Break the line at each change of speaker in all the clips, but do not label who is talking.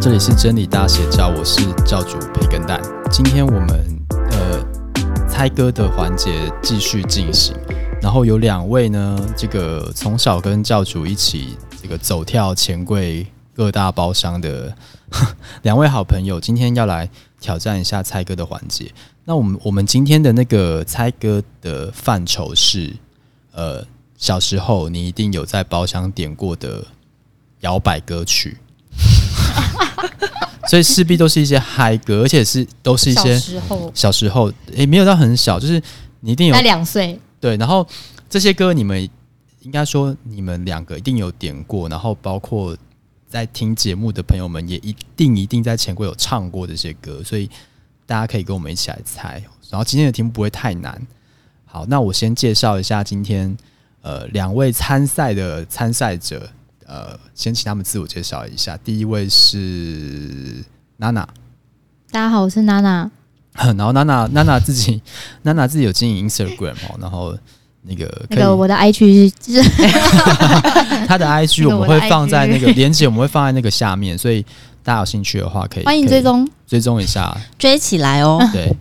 这里是真理大写照，我是教主培根蛋。今天我们呃猜歌的环节继续进行，然后有两位呢，这个从小跟教主一起这个走跳钱柜各大包厢的 两位好朋友，今天要来挑战一下猜歌的环节。那我们我们今天的那个猜歌的范畴是，呃，小时候你一定有在包厢点过的摇摆歌曲。所以势必都是一些嗨歌，而且是都是一
小
些
时候
小时候，诶、没有到很小，就是你一定有
在两岁，
对，然后这些歌你们应该说你们两个一定有点过，然后包括在听节目的朋友们也一定一定在前柜有唱过这些歌，所以大家可以跟我们一起来猜。然后今天的题目不会太难。好，那我先介绍一下今天呃两位参赛的参赛者，呃，先请他们自我介绍一下。第一位是娜娜，
大家好，我是娜娜。
然后娜娜娜娜自己娜娜自己有经营 Instagram 哦，然后那个可
那
以
个我的 IG 是
他的 IG
那个
我
我
们
的
会放在那 个
IG
连接，我们会放在那个下面，所以大家有兴趣的话可以
欢迎
可以
追踪，
追踪一下。
追起来哦！
对，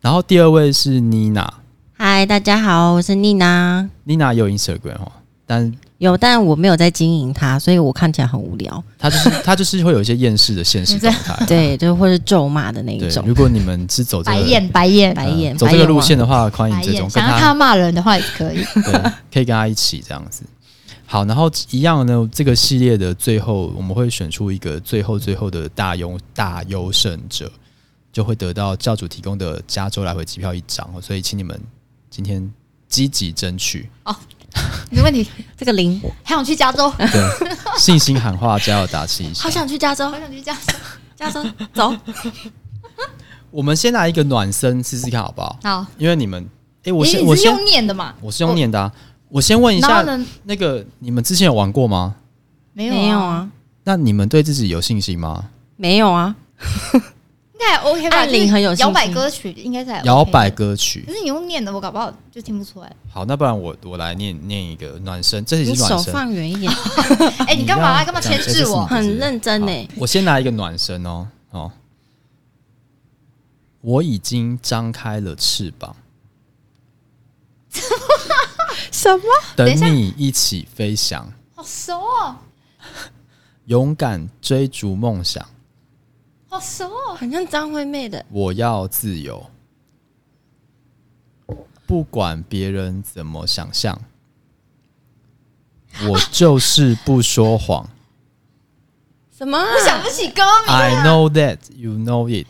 然后第二位是妮娜，
嗨，大家好，我是妮娜。
妮娜也有 Instagram 哦，但
有，但我没有在经营它，所以我看起来很无 聊。
她 就是她就是会有一些厌世的现实动态。
对，就或是咒骂的那一
对，
种。
如果你们是走这
白
个呃
眼白眼
白眼
走
白
这个
眼
路
王
线的话，欢迎
白
追踪
眼，
跟
想要
他
他骂人的话也可以。
对，可以跟他一起这样子。好，然后一样呢，这个系列的最后我们会选出一个最后最后的大优大优胜者，就会得到教主提供的加州来回机票一张哦。所以请你们今天积极争取，
没问题，
这个零，
还想去加州，
对，信心喊话，加油打气一下。
去加州
好，想去加州。
加州走。
我们先来一个暖身试试看好不好？
好，
因为你们，诶，我
你
先
你
我
是
先
用念的嘛？
我是用念的、啊，我先问一
然后
下，
呢？
那个你们之前有玩过吗？
没有
没有，啊，
那你们对自己有信心吗？
没有啊，
应该还 OK 吧？
按铃很有
就是
信心
摇摆歌曲，应该在
摇摆。歌曲
可，是你用念的，我搞不好就听不出 来。
好，那不然我我来念念一个暖身，这里
你
是暖
手
身，
放远一 点，
哎，你干嘛干嘛
讲
牵制我？
这是
很
你的
认真呢、欸
好我先来一个暖身哦哦，我已经张开了翅膀，
什么？
等
等一下
你一起飞翔，
好熟哦，
勇敢追逐梦想，
好熟哦。
很像张惠妹的。
我要自由，不管别人怎么想 象，我就是不说谎。
什么、啊？
我想不起歌
I know that you know it。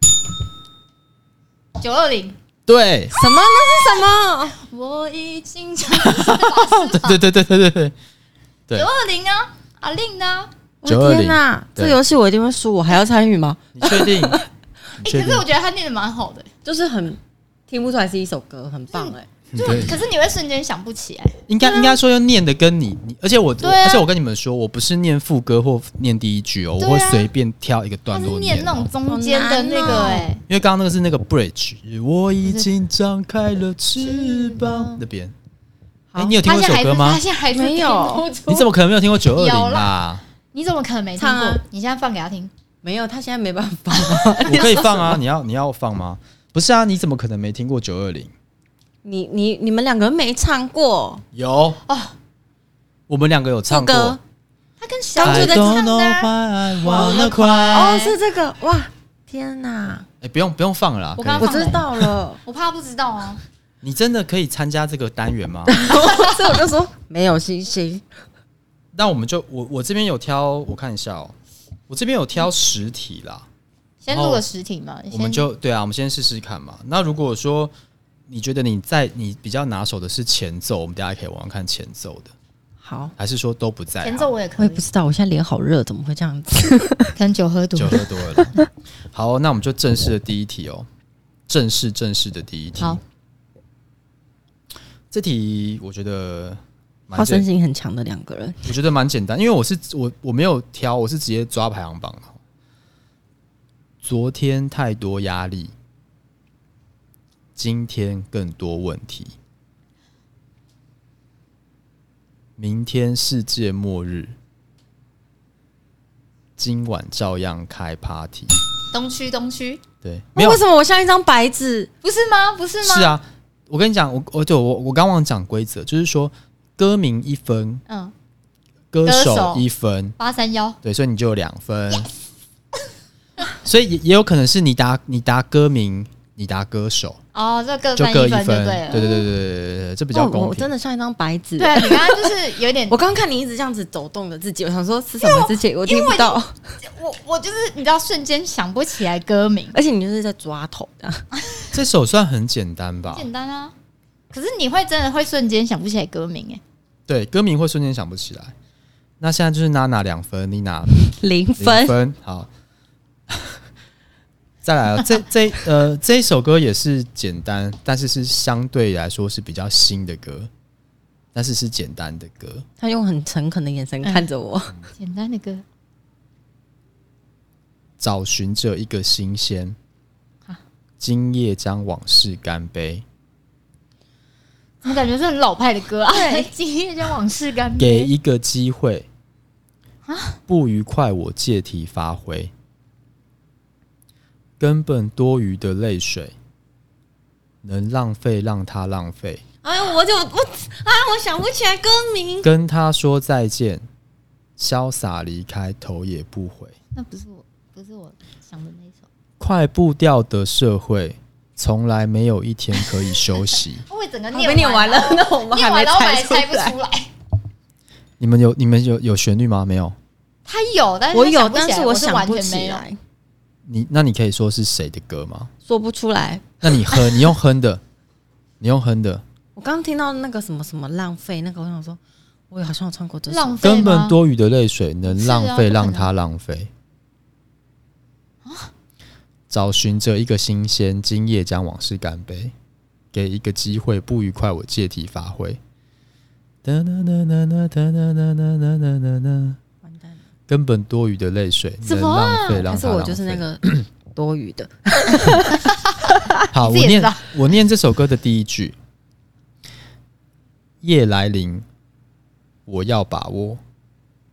名，九二零。
对，
什么？那是什么？
我已经
对对对对对对。对
九二零啊，阿令呢？
我的天哪、
对
这游戏我一定会输，我还要参与吗？
你确 定？你
哎、
确
可是
定嗯
我？觉得他念的蛮好的，
就是很听不出来是一首歌，很棒哎、
就
对，
可是你会瞬间想不起来。
应该应该说要念的跟你，你而且我、我
对啊
而且我跟你们说，我不是念副歌或念第一句哦，我
对啊
会随便挑一个
他
段
是
落
念那
哦
种中间的那个、
好难哦
哎、
因为刚刚那个是那个 bridge，我已经张开了翅膀那边。哎、
好哎
你有听
他
过这首
现在还
歌
是
吗
他？现在还是
没有
听不出
你怎么可能没有听过九二
有
零啊啦
啦？你怎么可能没听
唱
过？
啊
你现在放给他听，
没有，他现在没办法。
我可以放啊， 你要你要放吗？不是啊，你怎么可能没听过九二零？
你你你们两个人没唱过，
有
哦，
我们两个有唱
副歌
过。
他跟小
当
五在
初在
唱
don't
的
know
啊、
why I wanna
哦，
cry。
是这个哇！天哪，
哎、不用不用放了啦，
我
可以
刚
我知道 了，
我怕他不知道啊。
你真的可以参加这个单元 吗？
所以我就说没有信心。
那我们就我我这边有挑，我看一下哦，我这边有挑十题啦，
先录个实体嘛，
我
先
们就对啊，我们先试试看嘛。那如果说你觉得你在你比较拿手的是前奏，我们大家可以玩玩看前奏的，
好，
还是说都不在行？啊
前奏我也可
我
以，
也不知道，我现在脸好热，怎么会这样子？
可能酒喝多
酒
了。
喝多了。 好，那我们就正式的第一题哦，正式正式的第一题。
好，
这题我觉得蛮
好胜
哦
简，
心很强的两个人，
我觉得蛮简单，因为我是我我没有挑，我是直接抓排行榜的。昨天太多压力，今天更多问题，明天世界末日，今晚照样开 party。
东区东区
对，没
那
有
为什么我像一张白纸？
不是吗？不是吗？
是，啊，我跟你讲，我我对我我刚忘讲规则，就是说歌名一分，
嗯，
歌
歌
手
手
一分，
八三幺
对，所以你就有两分。 所以也也有可能是你答你答歌名，你答歌手，
哦，这各
就
分
各
分就
分。
对了。
对对对对对对，这比较
哦，
公
我真
平。
的像一张白纸。
对，啊，你刚刚就是有点
我，刚刚看你一直这样子走动着自己，我想说是什么自己，我听不到，
我我就是你知道，瞬间想不起来歌名，
而且你就是在抓头这 样。
这首算很简单吧？
简单啊。可是你会真的会瞬间想不起来歌名哎，
对，歌名会瞬间想不起来。那现在就是娜娜两分，你拿
零
零
分，
分，好。 再来啊，这这呃这一首歌也是简单，但是是相对来说是比较新的歌，但是是简单的歌。
他用很诚恳的眼神看着我。
简单的歌
找寻着一个新鲜
啊，
今夜将往事干杯，
怎么感觉是很老派的歌啊？今夜将往事干
给
杯。
一个机会不愉快我借题发挥，根本多余的泪水，能浪费让它浪费。
哎呦，我就我啊，我想不起来歌名。
跟他说再见，潇洒离开，头也不回。
那不是我，不是我想的那一首。
快步调的社会，从来没有一天可以休息。
哦我整个
我被念完了，那我们
啊念完
还没
了我还
猜
猜不
来。
出来。
你们有你们有有旋律吗？没有。
他有，但是
我
他
有，
想不起来
但是
我是
想
完
不
全没
起
有。
来，
你那你可以说是谁的歌吗？
说不出来。
那你哼， 你用哼的，你用哼的，
我刚刚听到那个什么什么浪费，那个我想说，我好像有唱过这首。
浪费
根
吗
本？多余的泪水能
是啊
浪费，
不可
让
能
它浪费。找寻着一个新鲜，今夜将往事干杯，给一个机会，不愉快我借题发挥。哒哒哒哒哒哒哒哒哒哒哒哒，
完蛋了，
根本多余的泪水
什
能
么啊
浪费，让
还是
它
我
浪
就是那
费。
个多余的。
好，我
你自己也知
念
道
我念这首歌的第一句：夜来临，我要把握。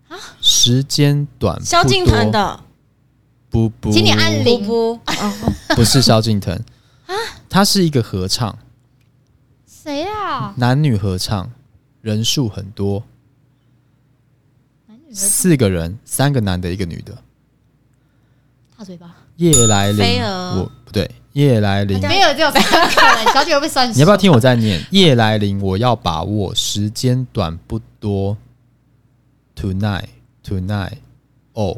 啊
时间短不多，
萧敬腾的
不不，
请你按啊
不
铃
不，哦
不是萧敬 腾他是一个合唱，
谁啊？
男女合唱，人数很多，
男女的
四个人，三个男的，一个女的。
大嘴巴，
夜来
飞
临，
蛾
我不对，夜来临，
没有只有三个人，小姐会被算数。
你要不要听我再念？夜来临，我要把握，时间短不多。Tonight, tonight, oh，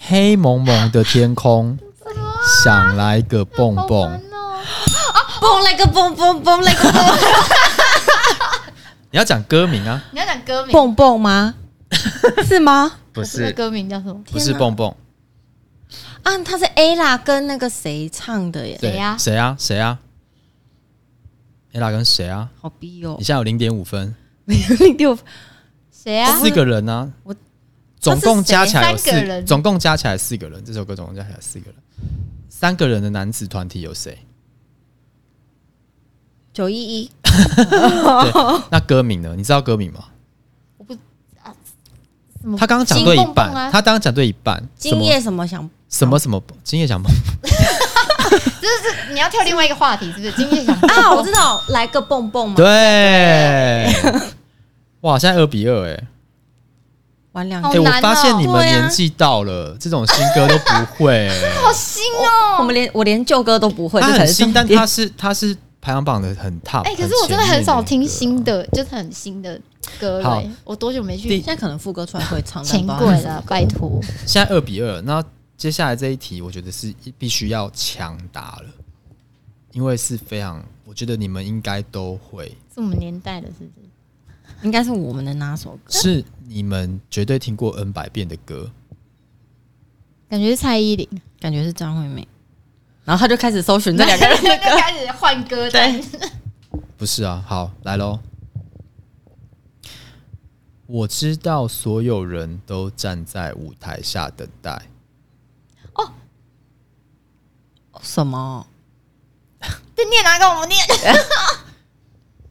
黑蒙蒙的天空，想来个蹦
好
蹦
烦。哦？
蹦来个蹦蹦蹦来 个蹦
你要讲歌名啊，
你要讲歌名，
蹦蹦吗？ 是吗？
不
我知道歌名叫什么？
不是
天哪
蹦蹦，
啊，他是 Ella 跟那个谁唱的耶，
对
谁啊
谁啊？谁啊？e l l a 跟谁啊？
好逼哦
你，现在有零点五分，
零六
谁啊？
四个人啊，
我
总共加起来有
他是谁三个
四，
人
总共加起来四个人。这首歌总共加起来四个人，三个人的男子团体有谁？
九一一，
那歌名呢？你知道歌名吗？
我不啊，什么
他刚刚讲对一
嗯金蹦
半
蹦，啊
他刚刚讲对一半，什
今
么
夜什么想
什么什么今夜想蹦，
就是你要跳另外一个话题，是 不是？今夜想
啊？我知道，来个蹦蹦嘛，
对，哇，现在二比二哎、
玩两
哎、
好
个，
我
难哦
发现你们
对啊
年纪到了，这种新歌都不会、
好新哦。
我们连我连旧歌都不 会，
他
这才
很
是
新，
重
但
点
他是他是排行榜的很 top。
哎，可是我真
前
的
面
很少听
歌
新。的，就是很新的歌了
好
欸。我多久没去
第
现在可能副歌出来会唱，但
钱
不知道
柜
是什么
了？拜托，
现在二比二，那接下来这一题，我觉得是必须要抢答了，因为是非常，我觉得你们应该都会，
是我们年代的，是不是？
应该是我们的哪首歌？
是你们绝对听过 N 百遍的歌。
感觉是蔡依林，
感觉是张惠妹。然后他就开始搜寻这两个人 的
就
歌，
开始换歌单
对。
不是啊，好，来喽。我知道所有人都站在舞台下等待，
什么？
在念哪个？我们念。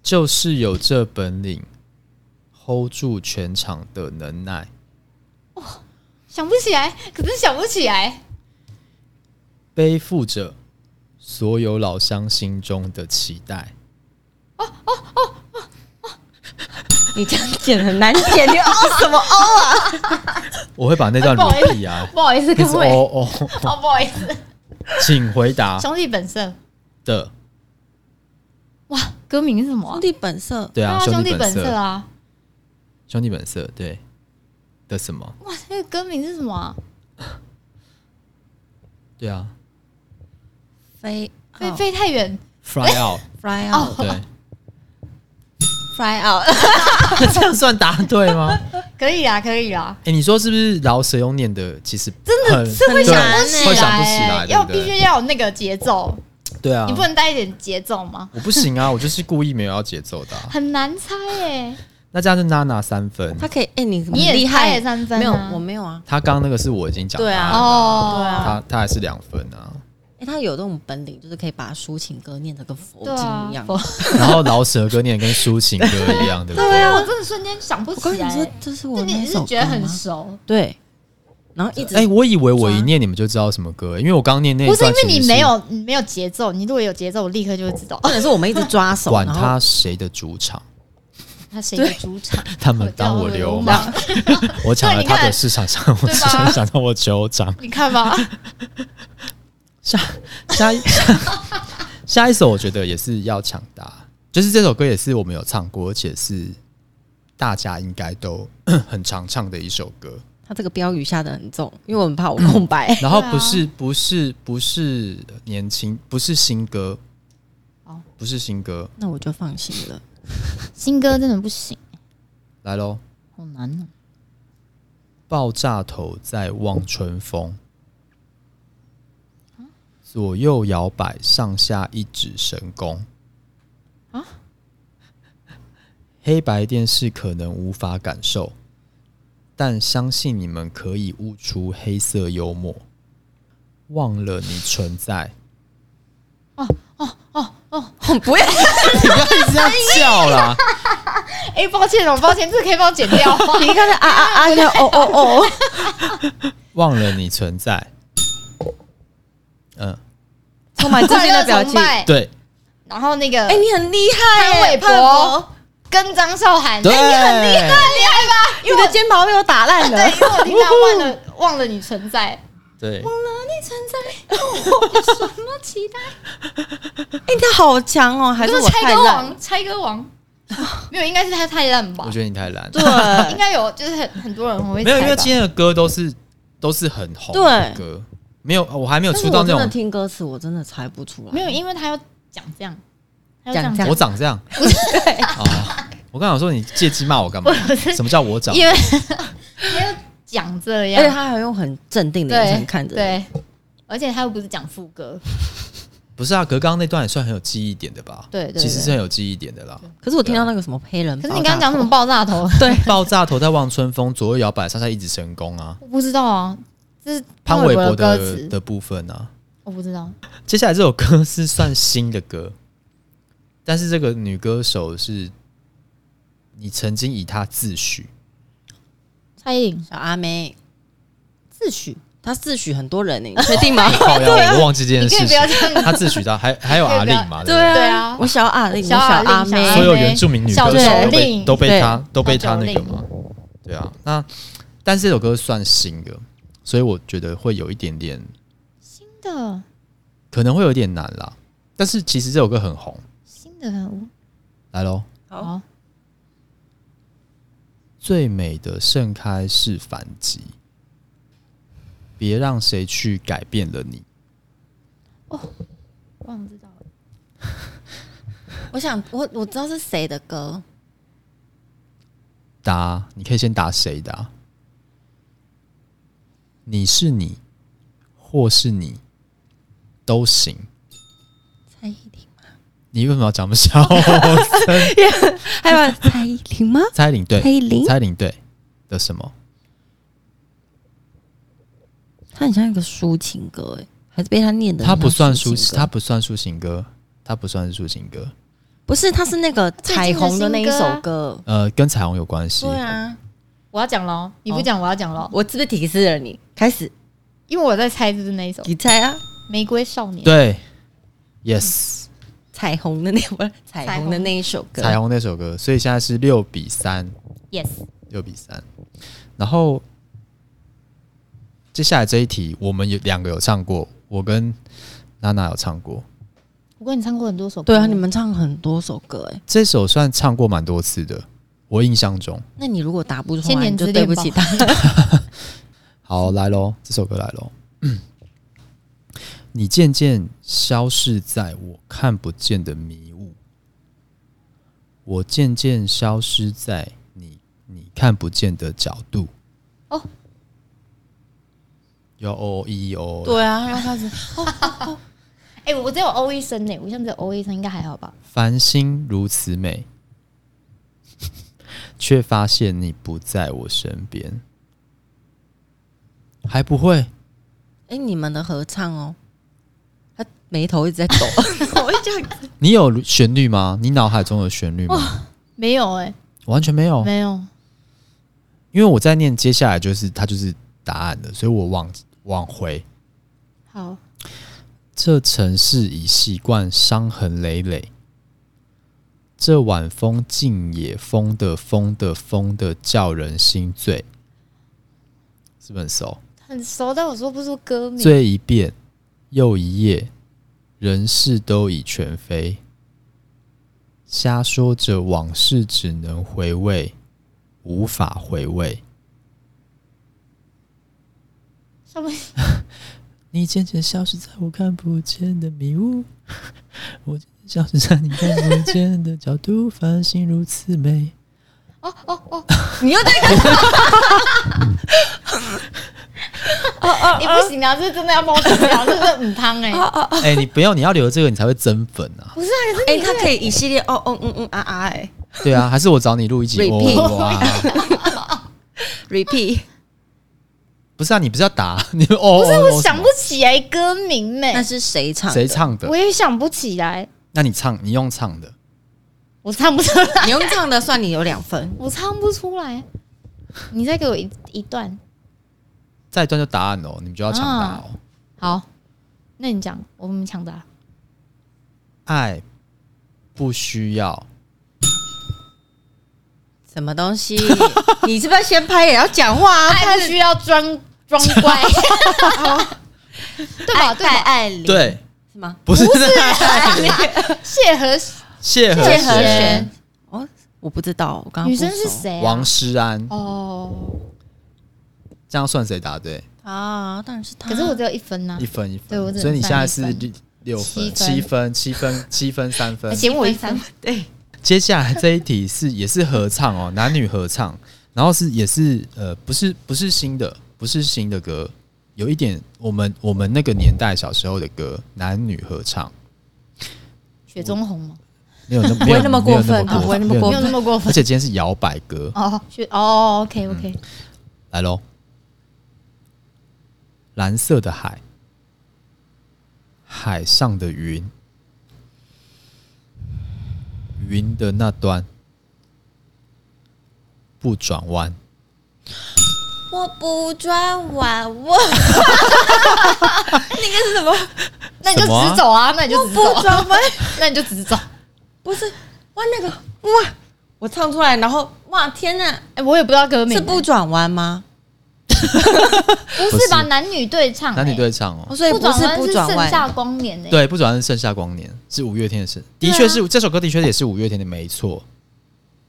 就是有这本领，hold 住全场的能耐。
想不起来，可是想不起来。
背负着所有老乡心中的期待。
你这样剪很难剪， 你哦什么哦？
我会把那段
哎不好意思
裸体啊，
不好意思，
那
各
是
位，哦，
哦哦，
不好意思，
请回答
兄弟本色。
的，
哇，歌名是什么啊
兄？弟本色，
对啊，
兄
弟
本
本
色
色，
啊。
兄弟本色，对的什么？
哇，那个歌名是什么啊？
对啊
飞哦
飞
out
飞太远，
，fly out，
fly out
对，
fly out，
这样算答对吗？
可以啊，可以啊。
哎，你说是不是饶舌用念的？其实
真的
很
是会
对
想不起来，
会想不起来，对
要
不
必
对？
须要有那个节奏，
对啊
你，不能带一点节奏吗？
我不行啊，我就是故意没有要节奏的啊。
很难猜耶，
那这样是娜娜三分，
哦
他可以哎，你
你
很厉
也猜
害
也，三分啊，
没有我没有啊，
他刚刚那个是我已经讲
对
答
啊
案了
哦，
对啊
他他还是两分啊。
哎，他有那种本领，就是可以把抒情歌念得跟佛
对
经一
啊
样，。
我
然后老舍歌念得跟抒情歌一样，对不
对
对？
啊，我真的瞬间想不
我
起
跟你
来，
说，这是我
就
那
你
首
是觉得
歌
很
吗
熟，
对，然后一直
哎、我以为我一念你们就知道什么歌，因为我刚念嗯那一
不是因
段，
为你没，有你没有节奏，你如果有节奏，我立刻就会知道哦
或者是我们一直抓手，
管
然后
他谁的主场，
他谁的主场，
他们当我流
我叫
氓，我抢了他的市场上，我只想想到我酋长。
你看吧，
下下一下下一首，我觉得也是要抢答，就是这首歌也是我们有唱过，而且是大家应该都 很常唱的一首歌。
他这个标语下的很重，因为我很怕我空白。
然后
对啊
不是、不是不是年轻，不是新歌，
哦
不是新歌，
那我就放心了。
新歌真的不行，
来喽。
好难哦，
爆炸头在望春风，左右摇摆，上下一指神功。
啊
黑白电视可能无法感受，但相信你们可以悟出黑色幽默。忘了你存 在，
不要，
你不要一直这样叫啦！
哎，抱歉哦，抱歉，这个可以帮我剪 掉吗？
你看他啊啊啊，那哦哦哦，
忘了你存在，嗯，
充满自信的表
快乐崇
情。
拜，
对
然后那个
哎，你很厉害
潘玮
耶，潘玮
柏跟张韶涵，
对，
哎你很厉害，
柏，你的肩膀被我打烂了
对，。因为我听到忘了忘了你存在，
对，
你存在，我什么期待？
哎，他 好强哦，还
就是是
我
猜
太
歌
烂？
王，猜歌王， 没有，应该是他太烂吧
我？觉得你太懒。
对
应该有，就是很很多人很会
没有，因
猜
为
吧
今天的歌都是都是很红的
对
歌，没有，我还没有
但是
出到
我真
那
的
种
听歌词，我真的猜不出来。
没有，因为他要讲这样，他要
讲
这样
这样
我长这样。 啊，我刚想说你借机骂我干嘛？什么叫我长？
因为他要讲这
而且
样，
他还用很镇定的眼
对
神看着你。
对，而且他又不是讲副歌，
不是啊，可是刚刚那段也算很有记忆点的吧？
对对对
其实是很有记忆点的啦。
可是我听到那个什么黑人，
可是你刚刚讲什么？爆炸头？
对，爆炸头在望春风，左右摇摆，上下一直神功啊，
我不知道啊，这是
潘玮
柏
柏的
歌词，
的部分啊。
我不知道。
接下来这首歌是算新的歌，但是这个女歌手是你曾经以她自 诩，
蔡依林
小阿妹，
自诩，
她自诩很多人 欸呢，你确定吗？
靠呀，我都忘记这件
啊你
事
可
情
以不。要这 样
他自诩到还还有阿令嘛，对不对？
对啊
我小阿令，我
小阿令小阿
阿
所
妹
令，
有原住民女歌手
小
都
九
被
令
都被
对
他都被他
小九
那
令
个嘛，对啊。那但是这首歌算新的，所以我觉得会有一点点，
新的
可能会有一点难啦。但是其实这首歌很红，
新的很
来喽。
好
好，
最美的盛开是反击，别让谁去改变了你。
忘知道了。
我想我我知道是谁的歌，
答，你可以先答谁的、啊？你是你，或是你，都行。
蔡依林，
你为什么要讲不 消？
还有 蔡依林吗？
蔡依林啊对，
蔡依林
蔡依林对的什么？
他很像一个抒情歌，哎，还是被他念的。
它不算抒，
情，
它不算嗯抒情歌，它不算是抒情歌，
不是，他是那个彩虹的那一首歌。啊
呃，跟彩虹有关系。
对啊，
我要讲喽，你不讲我要讲喽，
我是不是提示了你？开始，
因为我在猜就是那一首《
你猜啊，
玫瑰少年》。
对，yes，
彩虹的那 我彩
彩
虹
虹
的那一首歌，
彩虹那首歌，所以现在是六比三，
Yes，
六比三。然后接下来这一题，我们有两个有唱过，我跟娜娜有唱过，
我跟你唱过很多首歌。
对啊，你们唱很多首歌哎、
这首算唱过蛮多次的，我印象中。
那你如果答不出
千
来，
年
你就
之
对
恋
不
吧
起他。
好，来喽，这首歌来喽。 你渐渐消逝在我看不见的迷雾，我渐渐消失在你你看不见的角度。
哦，
有哦一哦，，
对啊，要开始。
哎、我只有欧医生呢、我现在只有欧医生，应该还好吧？
繁星如此美， 却发现你不在我身边，还不会。
哎、你们的合唱哦，他眉头一直在 抖，我就这样子
你有旋律吗？你脑海中有旋律吗？
没有哎、
欸
完全没有，
没有。
因为我在念接下来就是它就是答案了，所以我往往回。
好，
这城市已习惯伤痕累累，这晚风竟也疯的疯的疯的叫人心醉，是不是很熟？
很熟，但我说不出歌名。
醉一遍又一夜，人事都已全非。瞎说着往事，只能回味，无法回味。
上面
你渐渐消失在我看不见的迷雾，我渐渐消失在你看不见的角度，繁星如此美。
哦
你又在看
哦 你不行啊，这真的要帮我剪掉，这是很汤哎。
哎、你不要，你要留这个，你才会增粉啊！
不是啊，可是
哎、
你
他可以一系列哦哦嗯嗯啊啊哎、
对啊，还是我找你录一集
Repeat
哦哇！
r e p e a t
不是啊，你不是要打你哦哦？
不是
哦
我想不起来歌名呢、
那是谁唱？
谁？唱的
我？也想不起来，
那你唱，你用唱的。
我唱不出来，
你用唱的算你有两分。
我唱不出来。你再给我一一段，
再一段就答案哦，你们就要抢答
啊
哦。
好，那你讲，我们抢答。
爱不需要，
什么东西？ 你是不是要先拍也要讲话啊？
爱
拍
不需要 装装乖，对吧？对吧？
爱玲
对，
是吗？
不是
谢和
谢和
谢和
弦
弦、
哦，我不知道，我刚刚
女
不
生是
熟
谁、啊？
王诗安，
哦，
这样算谁答对？
啊？当然是他。
可是我只有一分啊呐、
啊一分一
对我
分，
只能
所以你现在
算
是
一分
六六分、七
七
分、七分、 七分、三分
而。且我一分，
对，
接下来这一题是也是合唱哦，男女合唱，然后是也是呃，不是不是新的，不是新的歌，有一点我们我们那个年代小时候的歌，男女合唱，
雪中红吗？
没有那
不会那么过分
没有
不会那
没
么
有
过
没啊
分
有那么过分
而且今天是摇摆歌，
哦。雪哦，OK
嗯
OK，、
来喽。蓝色的海，海上的云，云的那端不转弯。
我不转弯，我那个是什 么？
那你就
什么啊
直走啊，那你就直走
不，转弯，
那你就直走。
不是哇那个哇，我唱出来，然后哇天哪，
哎、我也不知道歌名、
是不转弯吗？
不是吧？男女对唱、
男女
哎
对唱哦，
所以
不
不
转
是
弯
不
是
转
盛
弯，
夏光年哎、
对，不转弯是盛夏光年，是五月天的事，的确是、这首歌，的确也是五月天的，没错。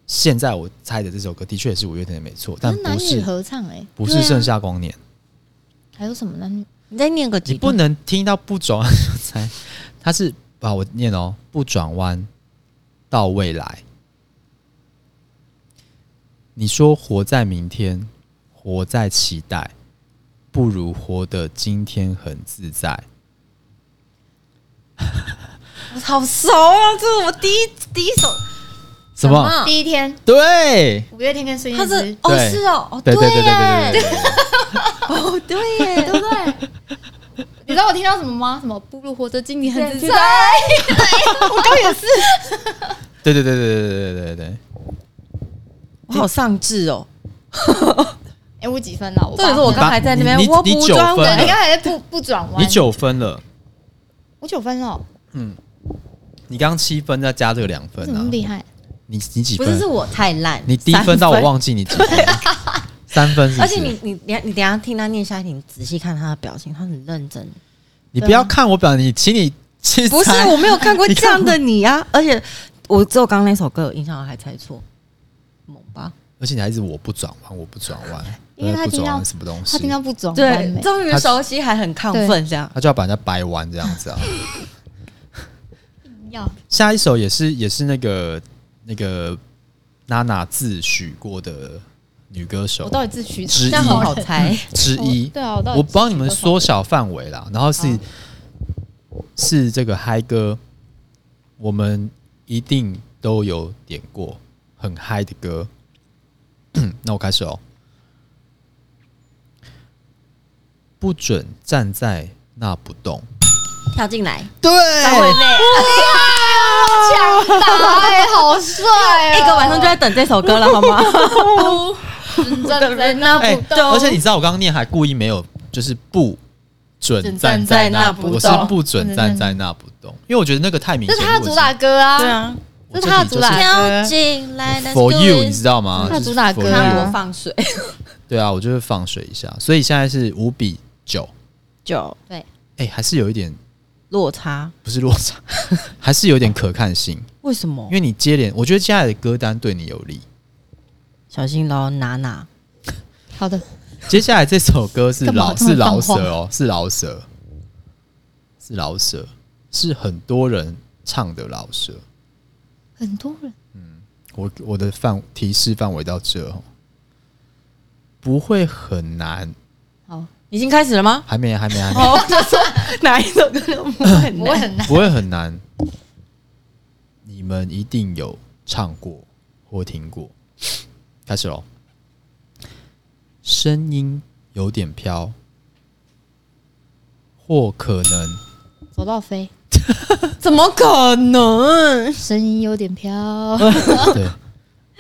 现在我猜的这首歌的确也是五月天的，没错，
可
但
是男
不
女
是
合唱哎、
不
对
是
啊
盛夏光年。
还有什么男女？
你再念个
你
几
不
遍？
能听到不转弯就猜，它是把我念哦，不转弯到未来。你说活在明天，活在期待，不如活得今天很自在。
好熟啊，这是我第一第一首，
什
什
么？
么
第一天，
对，
五月天跟孙
它
燕
是
姿，
哦
对
是哦哦
对对对对
耶
对对对对，
哦对耶，
对不对？ 你知道我听到什么吗？什么不如活着经历很自在，
我刚也是，哦
对对对对对对对对对对。
我好上智哦，
哎，我几分了？我
重点是我
八分
刚才在那边
你，你
我
你
不
九
专
分
对你
门，
刚才在不不转弯，
你九分了，
我九分哦，
你刚七分再加这个两分
怎么那
啊
么？厉害？
你你几
不是
分
是？我太烂，
你低分到我忘记你几分，三分是不啊
而
是
且你你你等一下听他念下一题，你仔细看他的表情，他很认真。
你
啊
不要看我表，你请你去
不是
猜，
我没有看过
你
这
看
样的你啊！而且我只有刚刚那首歌有印象，我还猜错，猛吧？
而且你还是我不转弯，我不转弯，
因为他
不
听
转
到
弯什么东西，
他听到不转弯
对
没，？
终于熟悉，还很亢奋，这样
他就要把人家掰弯这样子啊。
要
下一首也是也是那个那个娜娜自诩过的女歌手
我到底自取
之一
这样很好猜。
之一
我，对啊，我到底
我帮你们
自取多
缩小范围啦，然后是
好
是这个嗨歌，我们一定都有点过很嗨的歌。 那我开始哦，不准站在那不动。
跳进 来，
对，
张惠妹
少，打哎，好帅哦！
一个晚上就在等这首歌了，好吗？
站在那
哎、
不动，
而且你知道我刚刚念还故意没有，就是不准站在那不，我
准
是
站在那不动
不准站在那不动，因为我觉得那个太明
这
显。
是他的主打歌啊，
对，啊，
我
这
这
是
里就是
他的主打
跳
歌。
进
哎
来
，For you，你知啊道吗？
他的
就是
嗯主打
For
歌
看
you
我放水
对啊，我就是放水一下，所以现在是五比九，
就
哎、还是有一点
落差，
不是落差， 还是有点可看性，
为什么
因？为你接连，我觉得接下来的歌单对你有利。
小心喽，娜娜，
好的，
接下来这首歌是
干嘛
老
突然
是老舍
放话
哦，是老舍，是老舍，是很多人唱的老舍。
很多人
我我的范提示范围到这哦，不会很难，
好，
已经开始了吗？
还没还没还没，
哦， 就说哪一首歌都不会很
我
难，
很难，
不会很难。你们一定有唱过或听过，开始喽。声音有点飘，或可能
走到飞，
怎么可能？
声音有点飘。
嗯对，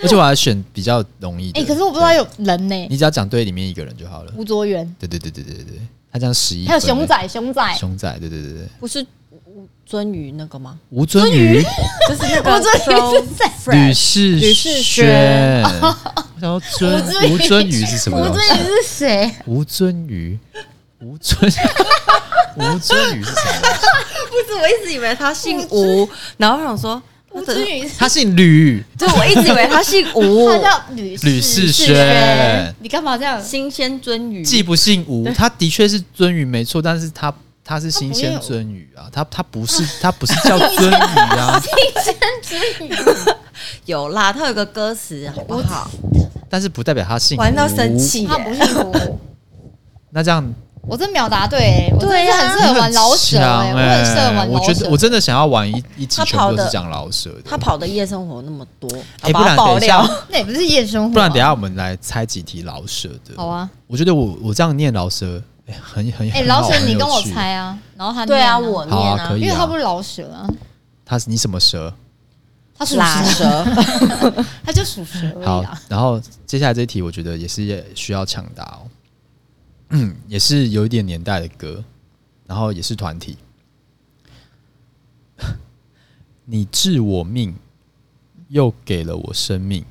而且我还选比较容易的。
哎，可是我不知道
对，
有人呢，
你只要讲对里面一个人就好了。
吴卓源，
对对对对对对对，他这样十一。
还有熊，仔，熊仔，
熊仔，对对对对，
不是吴尊宇那个 吗？
吴尊宇、
就是那
吴尊宇是谁？
吕世
吕世
轩，然后尊吴尊宇是什么
吴
东西？
尊宇是谁？
吴尊宇，吴尊， 吴尊宇是什么？
不是，我一直以为他姓吴，然后我想说，
吴尊宇是
他姓吕，
对，我一直以为 他姓吴
他，叫哦吕
吕世轩
轩，你干嘛这样？
新鲜鳟鱼，
既不姓吴，他的确是尊宇没错，但是他他是新鲜尊宇啊，他他不是他不是叫尊宇 啊，
有啦，他有个歌词，好不好？
但是不代表他姓吴。
玩到生气耶
他，不是我，
那这样
我真秒答对欸，我真的是
啊
很适合玩老舍哎，我
你
很
很
适
强欸
合玩
我
老
觉
舍
得我。真的想要玩一一集，
他
全
跑
部
的
都是讲老舍的。
他跑的夜生活那么多，
哎
把
不然
他爆料
等一，
那也不是夜生活啊，
不然等一下我们来猜几题老舍的。
好啊。
我觉得我我这样念老舍，哎很很
哎，
很
老
好
舍
很
你
有
跟我
趣
猜啊，然后他
对
念
啊，我念
好啊可以
因为他不是老蛇啊，
他是你什么蛇？
他属
拉
蛇，
舌，
他就属蛇而
好
已啊。，
然后接下来这一题，我觉得也是也需要抢答哦。嗯，也是有一点年代的歌，然后也是团体。 你治我命，又给了我生命。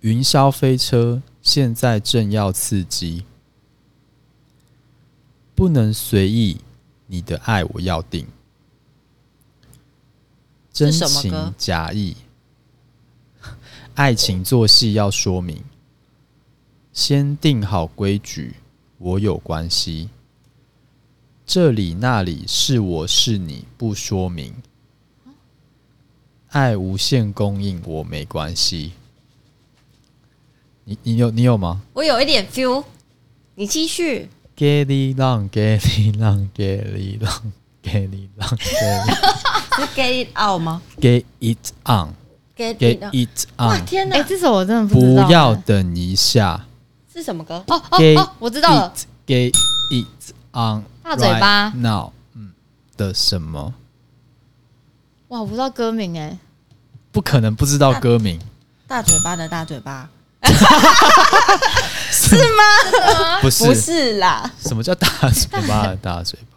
云霄飞车现在正要刺激，不能随意，你的爱我要定。真
是什么
情
歌
假意，爱情做戏要说明，先定好规矩，我有关系。这里那里是我是你不说明，爱无限供应我没关系。你你有你有吗
我有一点 feel，你继 续，
？Get it on, get it on, get it on, get it on, get
是 get it out 吗
it, get it on,
？get it out，
get it
哇
on。
天
哎，
哪，
这首我真的不知
不
道欸。
要等一下。
是什么歌？
哦哦
Get
哦，我知道了，
It, get it on
大嘴巴
right now，嗯的什么？
哇，我不知道歌名哎，
不可能不知道歌名。
大嘴巴的大嘴巴，
是吗？ 不是，
不是啦，
什么叫大嘴巴？大嘴 巴？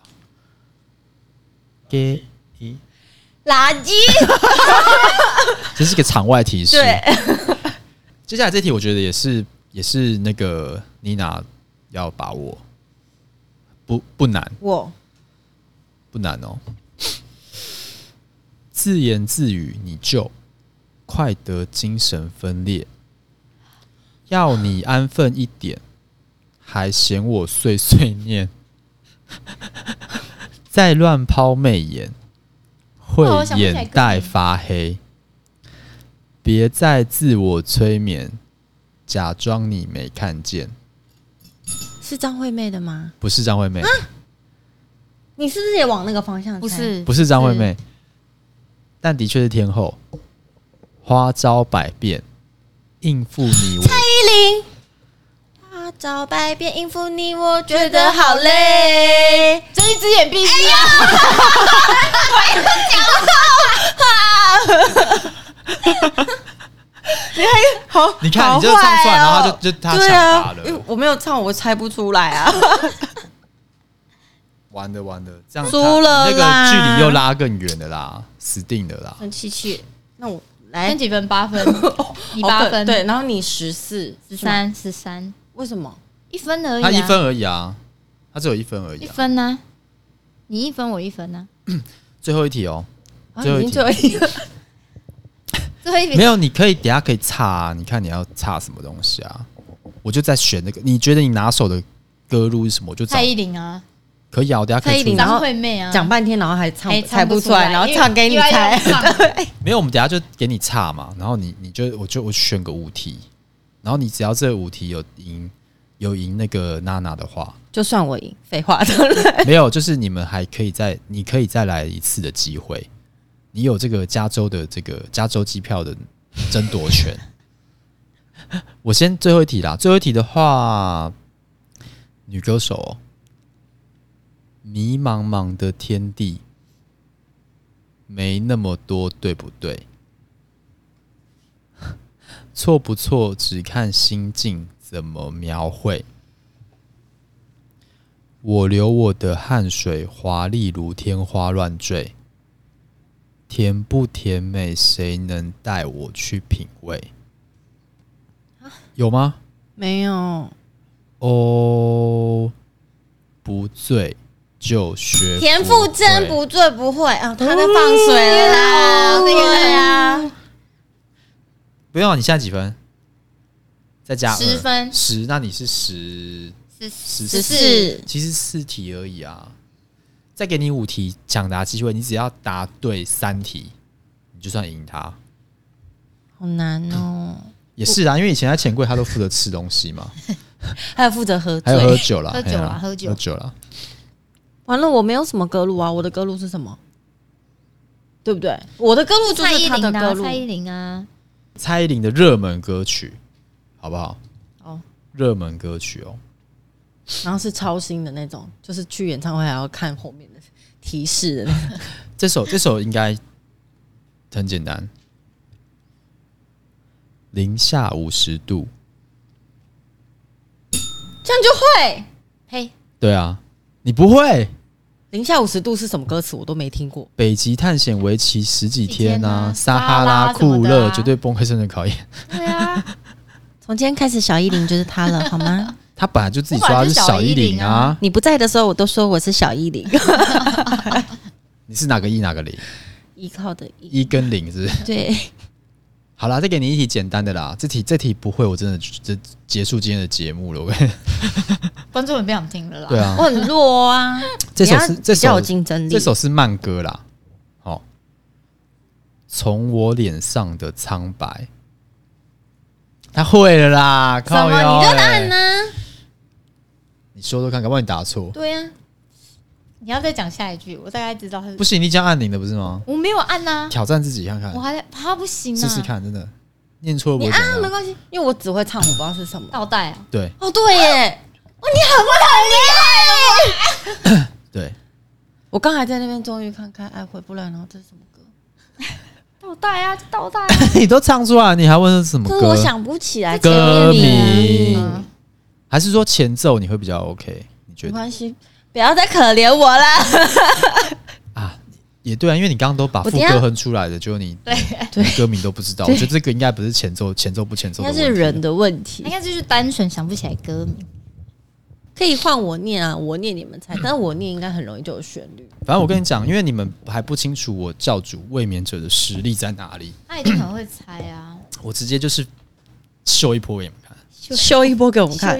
给一，
垃圾。
这是个场外提示。
对，
接下来这题我觉得也是也是那个妮娜要把握，不不难
我
不难哦。自言自语，你就快得精神分裂，要你安分一点，还嫌我碎碎念， 再乱抛媚眼，会
哦我想不起来
眼袋发黑。别再自我催眠，假装你没看见。
是张惠妹的吗？
不是张惠妹，
你是不是也往那个方向？
不，是
不是张惠
嗯
妹，但的确是天后，花招百变，应付你我。
依林。花招百变应付你，我觉得好累。
睁一只眼闭一只
哎
眼，
好，
你看，
好
你就唱出来，
坏哦
然后他就就他抢
对
答
啊
了，，
因为我没有唱，我猜不出来 啊。
完了完了，这样
输
他
了
那
啦
个距离又拉更远了啦，死定了啦。
很气气，那我
分
来
几分？八 分，你
好
八
可
分，
哦对，，然后你十四、
十，三，十三，
为什么？
一分而已、啊，
他一，分而已啊，他只有一分而已
一
啊。
分呢、你一分，我一分呢、啊
最后一题哦，
啊，
最后一
已
题
经最后一个，
最后一啊
没
题，
有，你可以等一下可以差啊，你看你要差什么东西啊？我就在选那个，你觉得你拿手的歌路是什么？我就找
蔡依林啊，
可以啊，我等一下可
蔡
以
依
出
林
来
然后
张惠妹啊，
讲半天，然后还嗯唱
哎
猜
不
出来，然后唱给你猜。。
因为 因为要 唱
没有，我们等一下就给你差嘛，然后你你就我就我选个五题，然后你只要这五题有赢有赢那个娜娜的话，
就算我赢，废话当然。
没有就是你们还可以再你可以再来一次的机会，你有这个加州的这个加州机票的争夺权。我先最后一题啦，最后一题的话，女歌手、哦，迷茫茫的天地，没那么多，对不对？ 错不错，只看心境怎么描绘。我流我的汗水，华丽如天花乱坠。甜不甜美，谁能带我去品味？有吗？
没有，
哦，不醉就学
田馥甄
不
不
会
醉不会啊，他在放水了啦，
哦
对啊，
不用啊，你现在几分？再加
十
二
分
十，那你是十十
十
四，
四。
其实四题而已啊。再给你五题抢答机会，你只要答对三题，你就算赢他。
好难哦，
也是啊，因为以前在钱柜，他都负责吃东西嘛，
还有负责喝
还有喝
醉。
酒啦，
喝酒
嘿
啦
啊
喝酒
喝酒啦。
完了，我没有什么歌路啊，我的歌路是什么？对不对？我的歌路就
蔡
是
依
他的
林
歌
啊，
路
蔡。依林啊，
蔡依林的热门歌曲，好不好？
哦，
热门歌曲哦，
然后是超新的那种，就是去演唱会还要看后面的提示的那 种。
这首这首应该很简单，零下五十度，
这样就会。
呸，
对啊，你不会？
零下五十度是什么歌词？我都没听过。
北极探险为期十几天啊，
十几天啊
撒哈拉酷
撒哈拉什么的
热、
啊
绝对崩溃生存考验。
对啊，
从今天开始，小依林就是他了，好吗？
他本来就自己说他是小依林啊，
你不在的时候，我都说我是小依 林，
你是哪个一哪个零？
依靠的依。
一跟零是不是？
对，
好啦，再给你一题简单的啦。这题这题不会，我真的这结束今天的节目了。我跟你
观众们不想听了啦。
对啊
我，很弱啊。
这首
哦你
是
要
这
比较
首
有竞争力。
这首是慢歌啦。好、从我脸上的苍白，他会了啦。
怎
靠
么
腰、
你
欸，
的答案
啊
呢？
你说说看，搞不好你答错。
对呀，
你要再讲下一句，我大概知道他是
不。行，你讲按铃的不是吗？
我没有按呐、
挑战自己看看
我，还在他不行啊，
试试看，真的念错不
你
会
啊
怎么
没
样。
关系，
因为我只会唱，我不知道是什么。
倒带啊，
对
哦对耶，哦你很不很厉害耶，
对，
我刚才在那边终于看看爱回不来，然后这是什么歌？
倒带啊，倒带啊，
你都唱出来，你还问是什么
可
歌？
是我想不起来前
歌
面
名、
嗯
还是说前奏你会比较 OK？你觉
没
得
关系，不要再可怜我了。
啊？也对啊，因为你刚刚都把
我
副
等一下
歌哼出来的，就你对
对
歌名都不知道。我觉得这个应该不是前奏，前奏不前奏
应
的
该
问题
是人的问
应
题。
该就是单纯想不起来歌名。
可以换我念啊，我念你们猜，但我念应该很容易就有旋律。
反正我跟你讲，因为你们还不清楚我教主卫冕者的实力在哪里，
他一定很会猜啊，
我直接就是秀一波给你们看，
修一波给我
我
们看，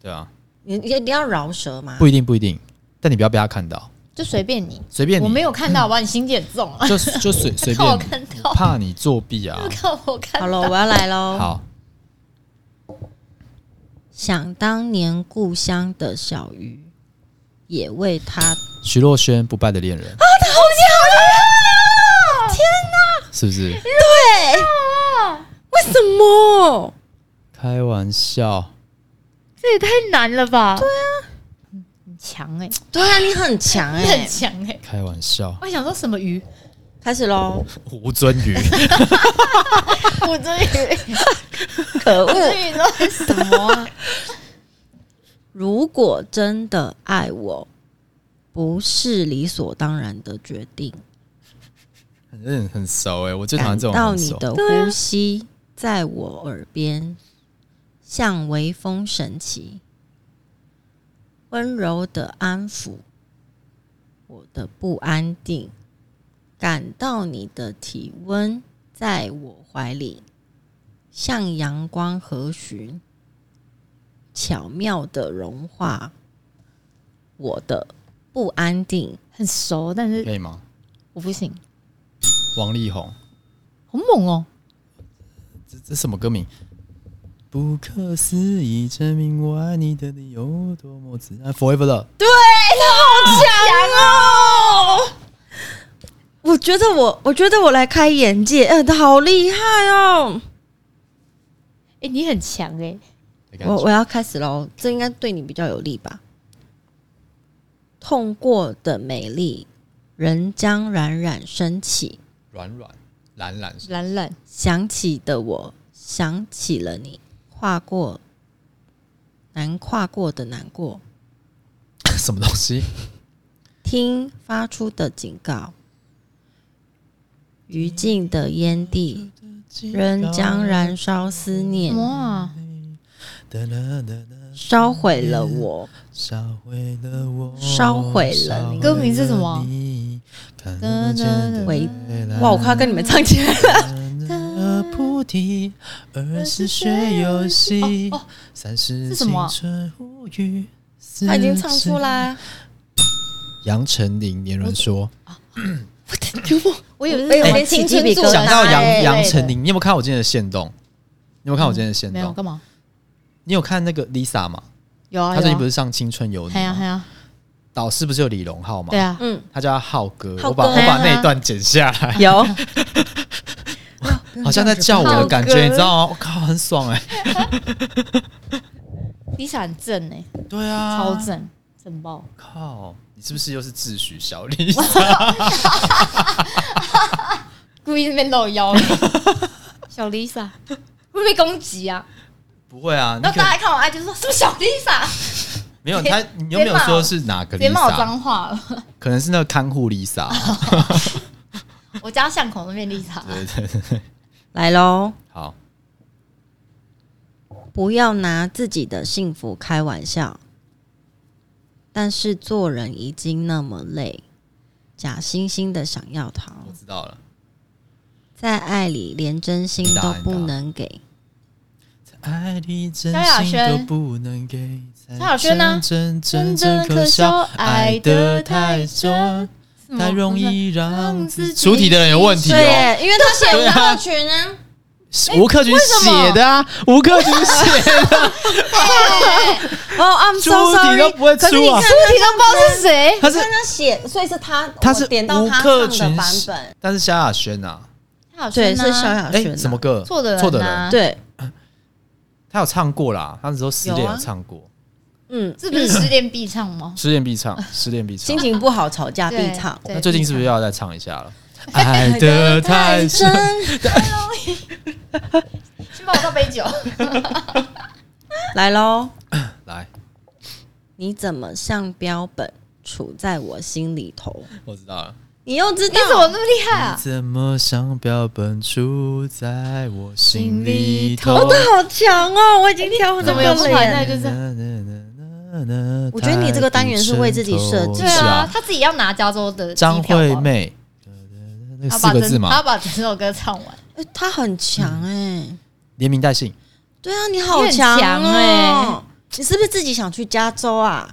对啊，
你你一定要饶舌吗？
不一定不一定，但你不要被他看到，
就随便你，
随便
我没
你，
有看到，把你心机很重啊，
就就 随随
看我
便
看
你，
到，
怕你作弊啊
就。看我看到。
好了，我要来 喽。
好，
想当年故乡的小鱼，也为他
徐若瑄不败的恋人啊，好天哪，是不是？
为什么？
开玩笑，
这也太难了吧？对啊，很强哎，
对啊，你很强哎、
欸
很强哎。
开玩笑，
我想说什么鱼？
开始喽，
吴尊宇，
我这鱼，
可
我 这鱼都是什么啊？
如果真的爱我，不是理所当然的决定。
嗯，很熟哎、我最讨厌
感
这种
到
很
你
熟。
的呼吸在我耳边，像微风神奇，温柔的安抚我的不安定。感到你的体温在我怀里，像阳光和煦，巧妙的融化我的不安定。
很熟，但是
可以吗？
我不行，
王力宏，
好猛哦！
这这什么歌名？不可思议，证明我爱你的理由有多么自然。Forever 啊 Love，
啊哦我觉得我，我觉得我来开眼界，嗯、好厉害哦！
哎，你很强哎，
的感
我
觉
我要开始喽，这应该对你比较有利吧？痛过的美丽，仍将冉冉升起。
软软懒懒，
懒懒
想起的我，想起了你，跨过难跨过的难过，
什么东 西？
听发出的警告。余烬的烟蒂仍将燃烧思念，
哇！
哒啦哒啦
烧毁了我。
烧毁了我，
烧毁了你
歌名是什么
你？看不见的
喂
未来
哇，我快要跟你们唱起来了。
的菩提，二十岁游
哦
戏，三十
是什
青
么啊
春无语。
他已经唱出。来，
杨丞琳年轮说，
我以为
我
是
有
什
点
么
起
青
鸡
春
皮疙
作
瘩
答
讲到
哎
杨
之类
杨
的
丞琳，你有没有看我今天的线动？你有没有看我今天的线
没有
动？
干嘛？
你有看那个 Lisa 吗？
有啊，
她最近不
是？
是上《青春有你
哎呀》
吗？
哎呀，
导师不是有李荣浩吗？
对，啊，
嗯，
他叫他浩哥。
浩
我把
哥
我把
哎
那
呀
一段剪下来，
有。
好像在叫我的感
浩
觉，
哥
你知道吗？我靠，很爽哎！
Lisa 很正哎，
对啊，
超正，正爆！
靠！你是不是又是自诩小 Lisa？
故意那边露腰，小 Lisa 会不会被攻击啊？
不会啊，你
然
可
后大家看我爱就说是不是小 Lisa，
没有他，你又没有说是哪个
直接骂我
Lisa？
脏话了。
可能是那个看护 Lisa。啊
我家巷口那边 Lisa，
对对对对，
来喽！
好，
不要拿自己的幸福开玩笑。但是做人已经那么累，假惺惺的想要逃，
我知道了。
在爱里连真心都不能给。
爱的真
萧亚
心
轩
都不能给，才
萧亚轩啊
真真
真
正
正
可
可
笑
笑，
爱
爱
的
得
太
太
准
准，
太容易让
让
自
自
己。
己
出题的人有问题哦，
耶，因为他写
对啊
歌曲呢，
是吴克群写的啊，
哎
吴克群 写的，
哦，I'm
出
so
题
sorry，
都不会出
可是你
啊
看
出题都不知道是谁，
他是
看他写，所以是他，
他是
我点到
吴
他
克
唱
群
的版
写
本，
但是萧亚轩啊，
萧亚轩
对，是
啊
萧亚
哎
轩，
什么？歌？
错的人
错的
啊
人，
对，
他有唱过啦，他那时候失恋
有啊
有唱过，
嗯，
是不是失恋必唱吗？
失恋必唱，失恋必唱
心。情不好吵架必
对
唱。
啊对
那最近是不是要再唱一下了？爱的太深。
先帮我倒杯酒。
来喽！
来，
你怎么像标本杵在我心里头？
我知道了。
你又知
你
道？
怎么那么厉害啊？
怎么像标本杵在我心
心
里
里
头？
我的好强哦！我已经跳很
怎么
多
有
了
办法？那
耶！
就是
我
我觉得你这个单元是为自己设计
对
是
啊
啊，，
他自己要拿加州的
张
机票吧
惠，妹，那
他
四
把
个
整
字
他
嘛，
把整首歌唱完，
哎他很强哎！
连名带姓。
对啊，你好
你很强
哦
哎！
你是不是自己想去加州啊？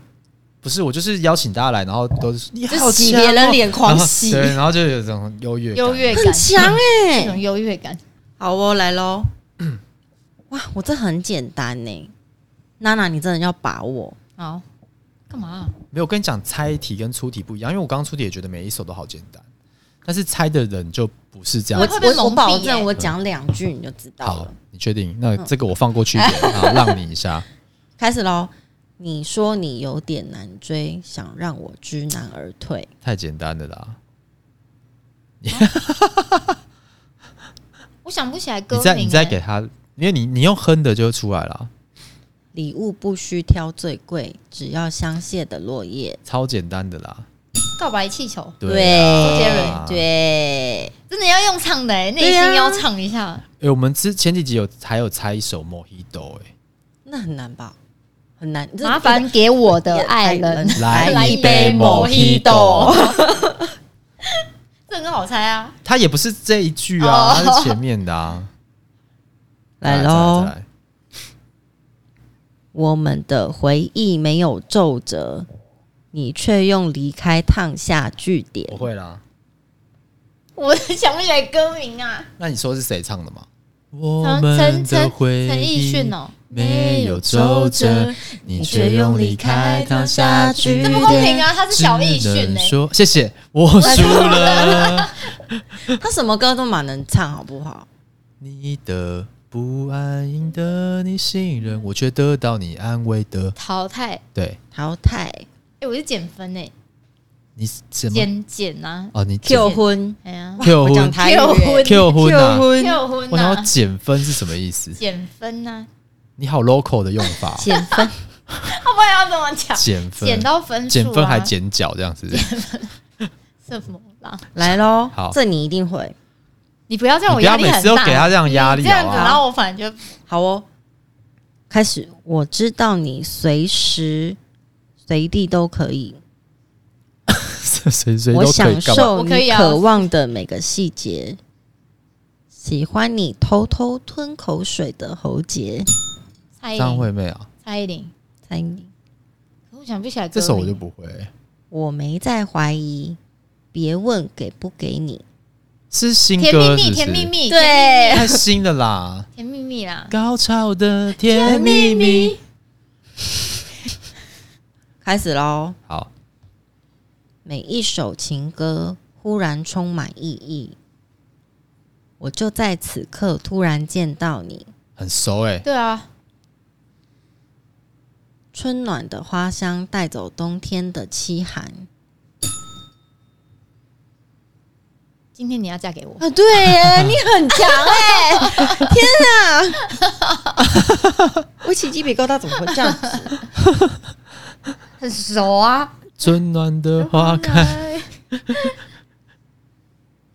不是，我就是邀请大家来，然后都是你
就
好
洗
强
别人
哦
脸狂
然后
洗
对，然后就有一种优越感
优越感
很，强
这
哎
种！优越感。
好哦，来喽！ 哇，我这很简单呢。娜娜，你真的要把握。
好，干嘛啊？
没有，我跟你讲，猜题跟出题不一样，因为我刚刚出题也觉得每一首都好简单，但是猜的人就不是这
我
样
会
子。
被
我我
蒙蔽
保
耶
证，我讲两句你就知道
好
了。，嗯
你确定？那这个我放过去一点，好，让你一下。
开始喽！你说你有点难追，想让我知难而退。
太简单了啦！
我想不起来歌
你
名
再
欸。
你再给他，因为你你用哼的就会出来了，
礼物不需挑最贵，只要香榭的落叶。
超简单的啦。
告白气球，周杰
对
伦
啊，哎、
对，
真的要用唱的欸，内
对啊
心要唱一下。
我们之前几集有还有猜一首 Mojito，哎、
那很难吧？很难，这
麻烦给我 的爱人，
来
一杯
Mojito
这很好猜啊！
它也不是这一句啊，
哦
它是前面的 啊。
来
喽
喽！！我们的回忆没有皱褶，你却用离开烫下句
我
点。
会啦。
我想不起来歌名啊。
那你说是谁唱的吗？我
陈陈陈陈奕迅哦，
没有皱褶，你却用离开躺下去。
这不公平啊！他是小奕
只
迅
能
呢、
说谢谢， 我 输了。
他什么歌都蛮能唱，好不好？
你的不安赢得你信任，我却得到你安慰的。
淘汰。哎、
对
淘汰
我是减分哎、
你什么？
减减啊！
哦，你
Q 婚
哎呀，
Q
我讲
婚
台语耶
Q 婚啊！
结婚
我想要
呐，
减分是什么意思？
减分啊 呐、
你好 local 的用法，
减分，
啊，我不然要怎么讲？
减分
减到分数、啊，
减分还减脚这样 子。
什么啦？
来喽
好！
这你一定会。
你不要这样，我
你不要
压力
每
很大。
次都给他这样压力
你这样子，
好不好
然后我反正就
好哦，开始。我知道你随时随地都可以，
谁谁
我
都可以
享
干嘛？
受
我可
你
以啊
渴望的每个细节，喜欢你偷偷吞口水的喉结。
蔡依
张
林，
惠妹啊，
蔡依林。
猜你，
可我想不起来歌
这首
名，
我就不会、
我没在怀疑，别问给不给你。
是新
甜
歌
蜜
是不是
蜜，甜蜜 蜜，
对
太新的啦，
甜蜜蜜啦。
高潮的甜蜜蜜。
开始喽！
好，
每一首情歌忽然充满意义，我就在此刻突然见到你。
很熟哎、
对啊，
春暖的花香带走冬天的凄寒。
今天你要嫁给我，
啊，对 耶，你很强哎、 天哪！ 我起鸡皮疙瘩，怎么会这样子？
很熟啊。
春暖的花开。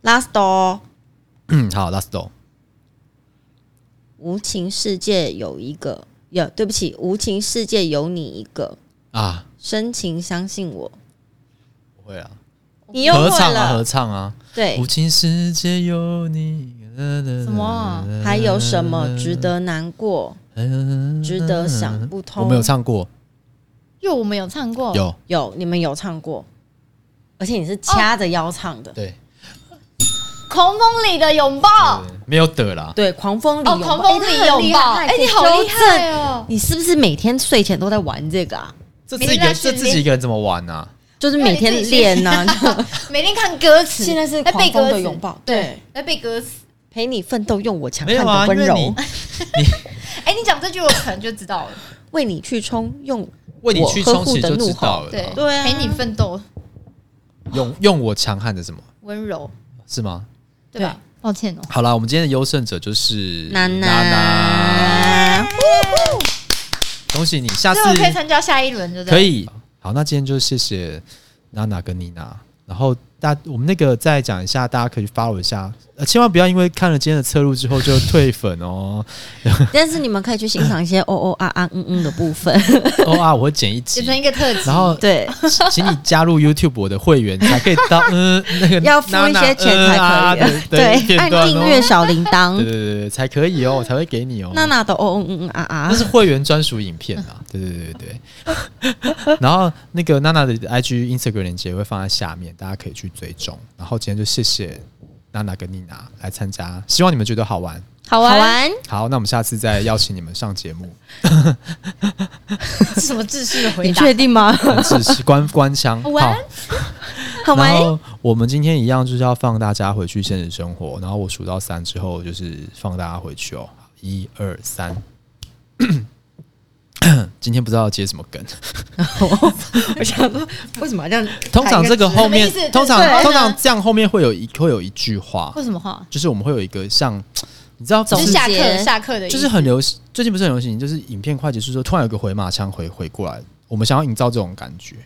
Last 哦，
嗯，好，Last Door，
无情世界有一个，有对不起，无情世界有你一个，
啊，
深情相信我，
不会啊，
你又
合
会
唱啊，合
了，
唱啊，
对
无，情世界有你。
什么啊
还有什么值得难过？值得想不通哦
我没有唱过，
哟，我们有唱过，
有
有，你们有唱过，而且你是掐着腰唱的，
对，
狂风里的拥抱，
对没有的啦。
对，狂风里
哦，
拥抱，
狂风
哎
里拥抱，哎，你好厉！
他很纠正
害哦！
你是不是每天睡前都在玩这个啊？
这
每
自己
天
一个
在
这
训
自己一个人怎么玩啊？
就是每天练呐、啊。
每天看歌词，
现在是
在背
狂
歌
风
词
的拥，抱，
对，，来背歌词。
陪你奋斗，用我强
没
悍
有啊，
的
因
温
为
柔，
你
哎，你讲这句我可能就知道了，
为你去冲，用
为你去
我呵
冲
护
其实
的
就
怒
知
吼
道了
对
啦。
对啊
陪你奋斗，
用用我强悍的什么？
温柔，
是吗？
对吧？抱歉哦，
好啦，我们今天的优胜者就是
娜
娜
娜，
恭喜你，下次
所以我可以参加下一轮，对不对？
可。以。好，那今天就谢谢娜娜跟妮娜，然后大我们那个再讲一下，大家可以 follow 一下，呃，千万不要因为看了今天的侧录之后就退粉哦。
但是你们可以去欣赏一些哦哦啊啊嗯嗯的部分，
哦啊，我会剪一集
剪，成一个特辑，
然后
对，
请请你加入 YouTube 我的会员，才可以到嗯那个
要付一
娜娜
些钱
嗯啊
才可
的
以，
的
对，
片
按
段
订阅
哦。
小铃
对对
铛，
对对，才可以哦，我才会给你哦。
娜娜的哦哦嗯嗯啊
那
啊，
是会员专属影片 啊，对对对对对。 然后那个娜娜的 IG、Instagram 链接会放在下面，大家可以去追踪。然后今天就谢谢娜娜跟妮娜来参加，希望你们觉得好玩。
好
好
玩，
玩，
好，那我们下次再邀请你们上节目，
是什么自式的回
你
答？
确定吗？
只是官官腔。
好玩
好，
好玩
然，后我们今天一样就是要放大家回去现实生活，然后我数到三之后就是放大家回去哦，一二三。 今天不知道要接什么梗，
我想说为什么要这样？
通常这个后面
什么意思，
通常
对啊
通常这样后面会有一会有一句话
为，什么话？
就是我们会有一个像，你知道，
总
就
就是是下课
结
下课的意思，
就是很流行，最近不是很流行，就是影片快结束之后，突然有个回马枪回回过来，我们想要营造这种感觉，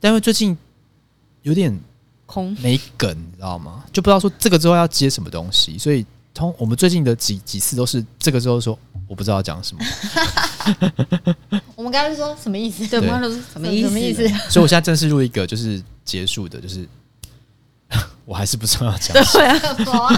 但因为最近有点
空
没梗，你知道吗？就不知道说这个之后要接什么东西，所以通我们最近的几几次都是这个之后说我不知道要讲什么，
我们刚刚说什么意思？
对，
对
妈的，什么意思？
什么意思？
所以我现在正式入一个就是 结束的，就是我还是不知道要讲什么。
对啊，
什么啊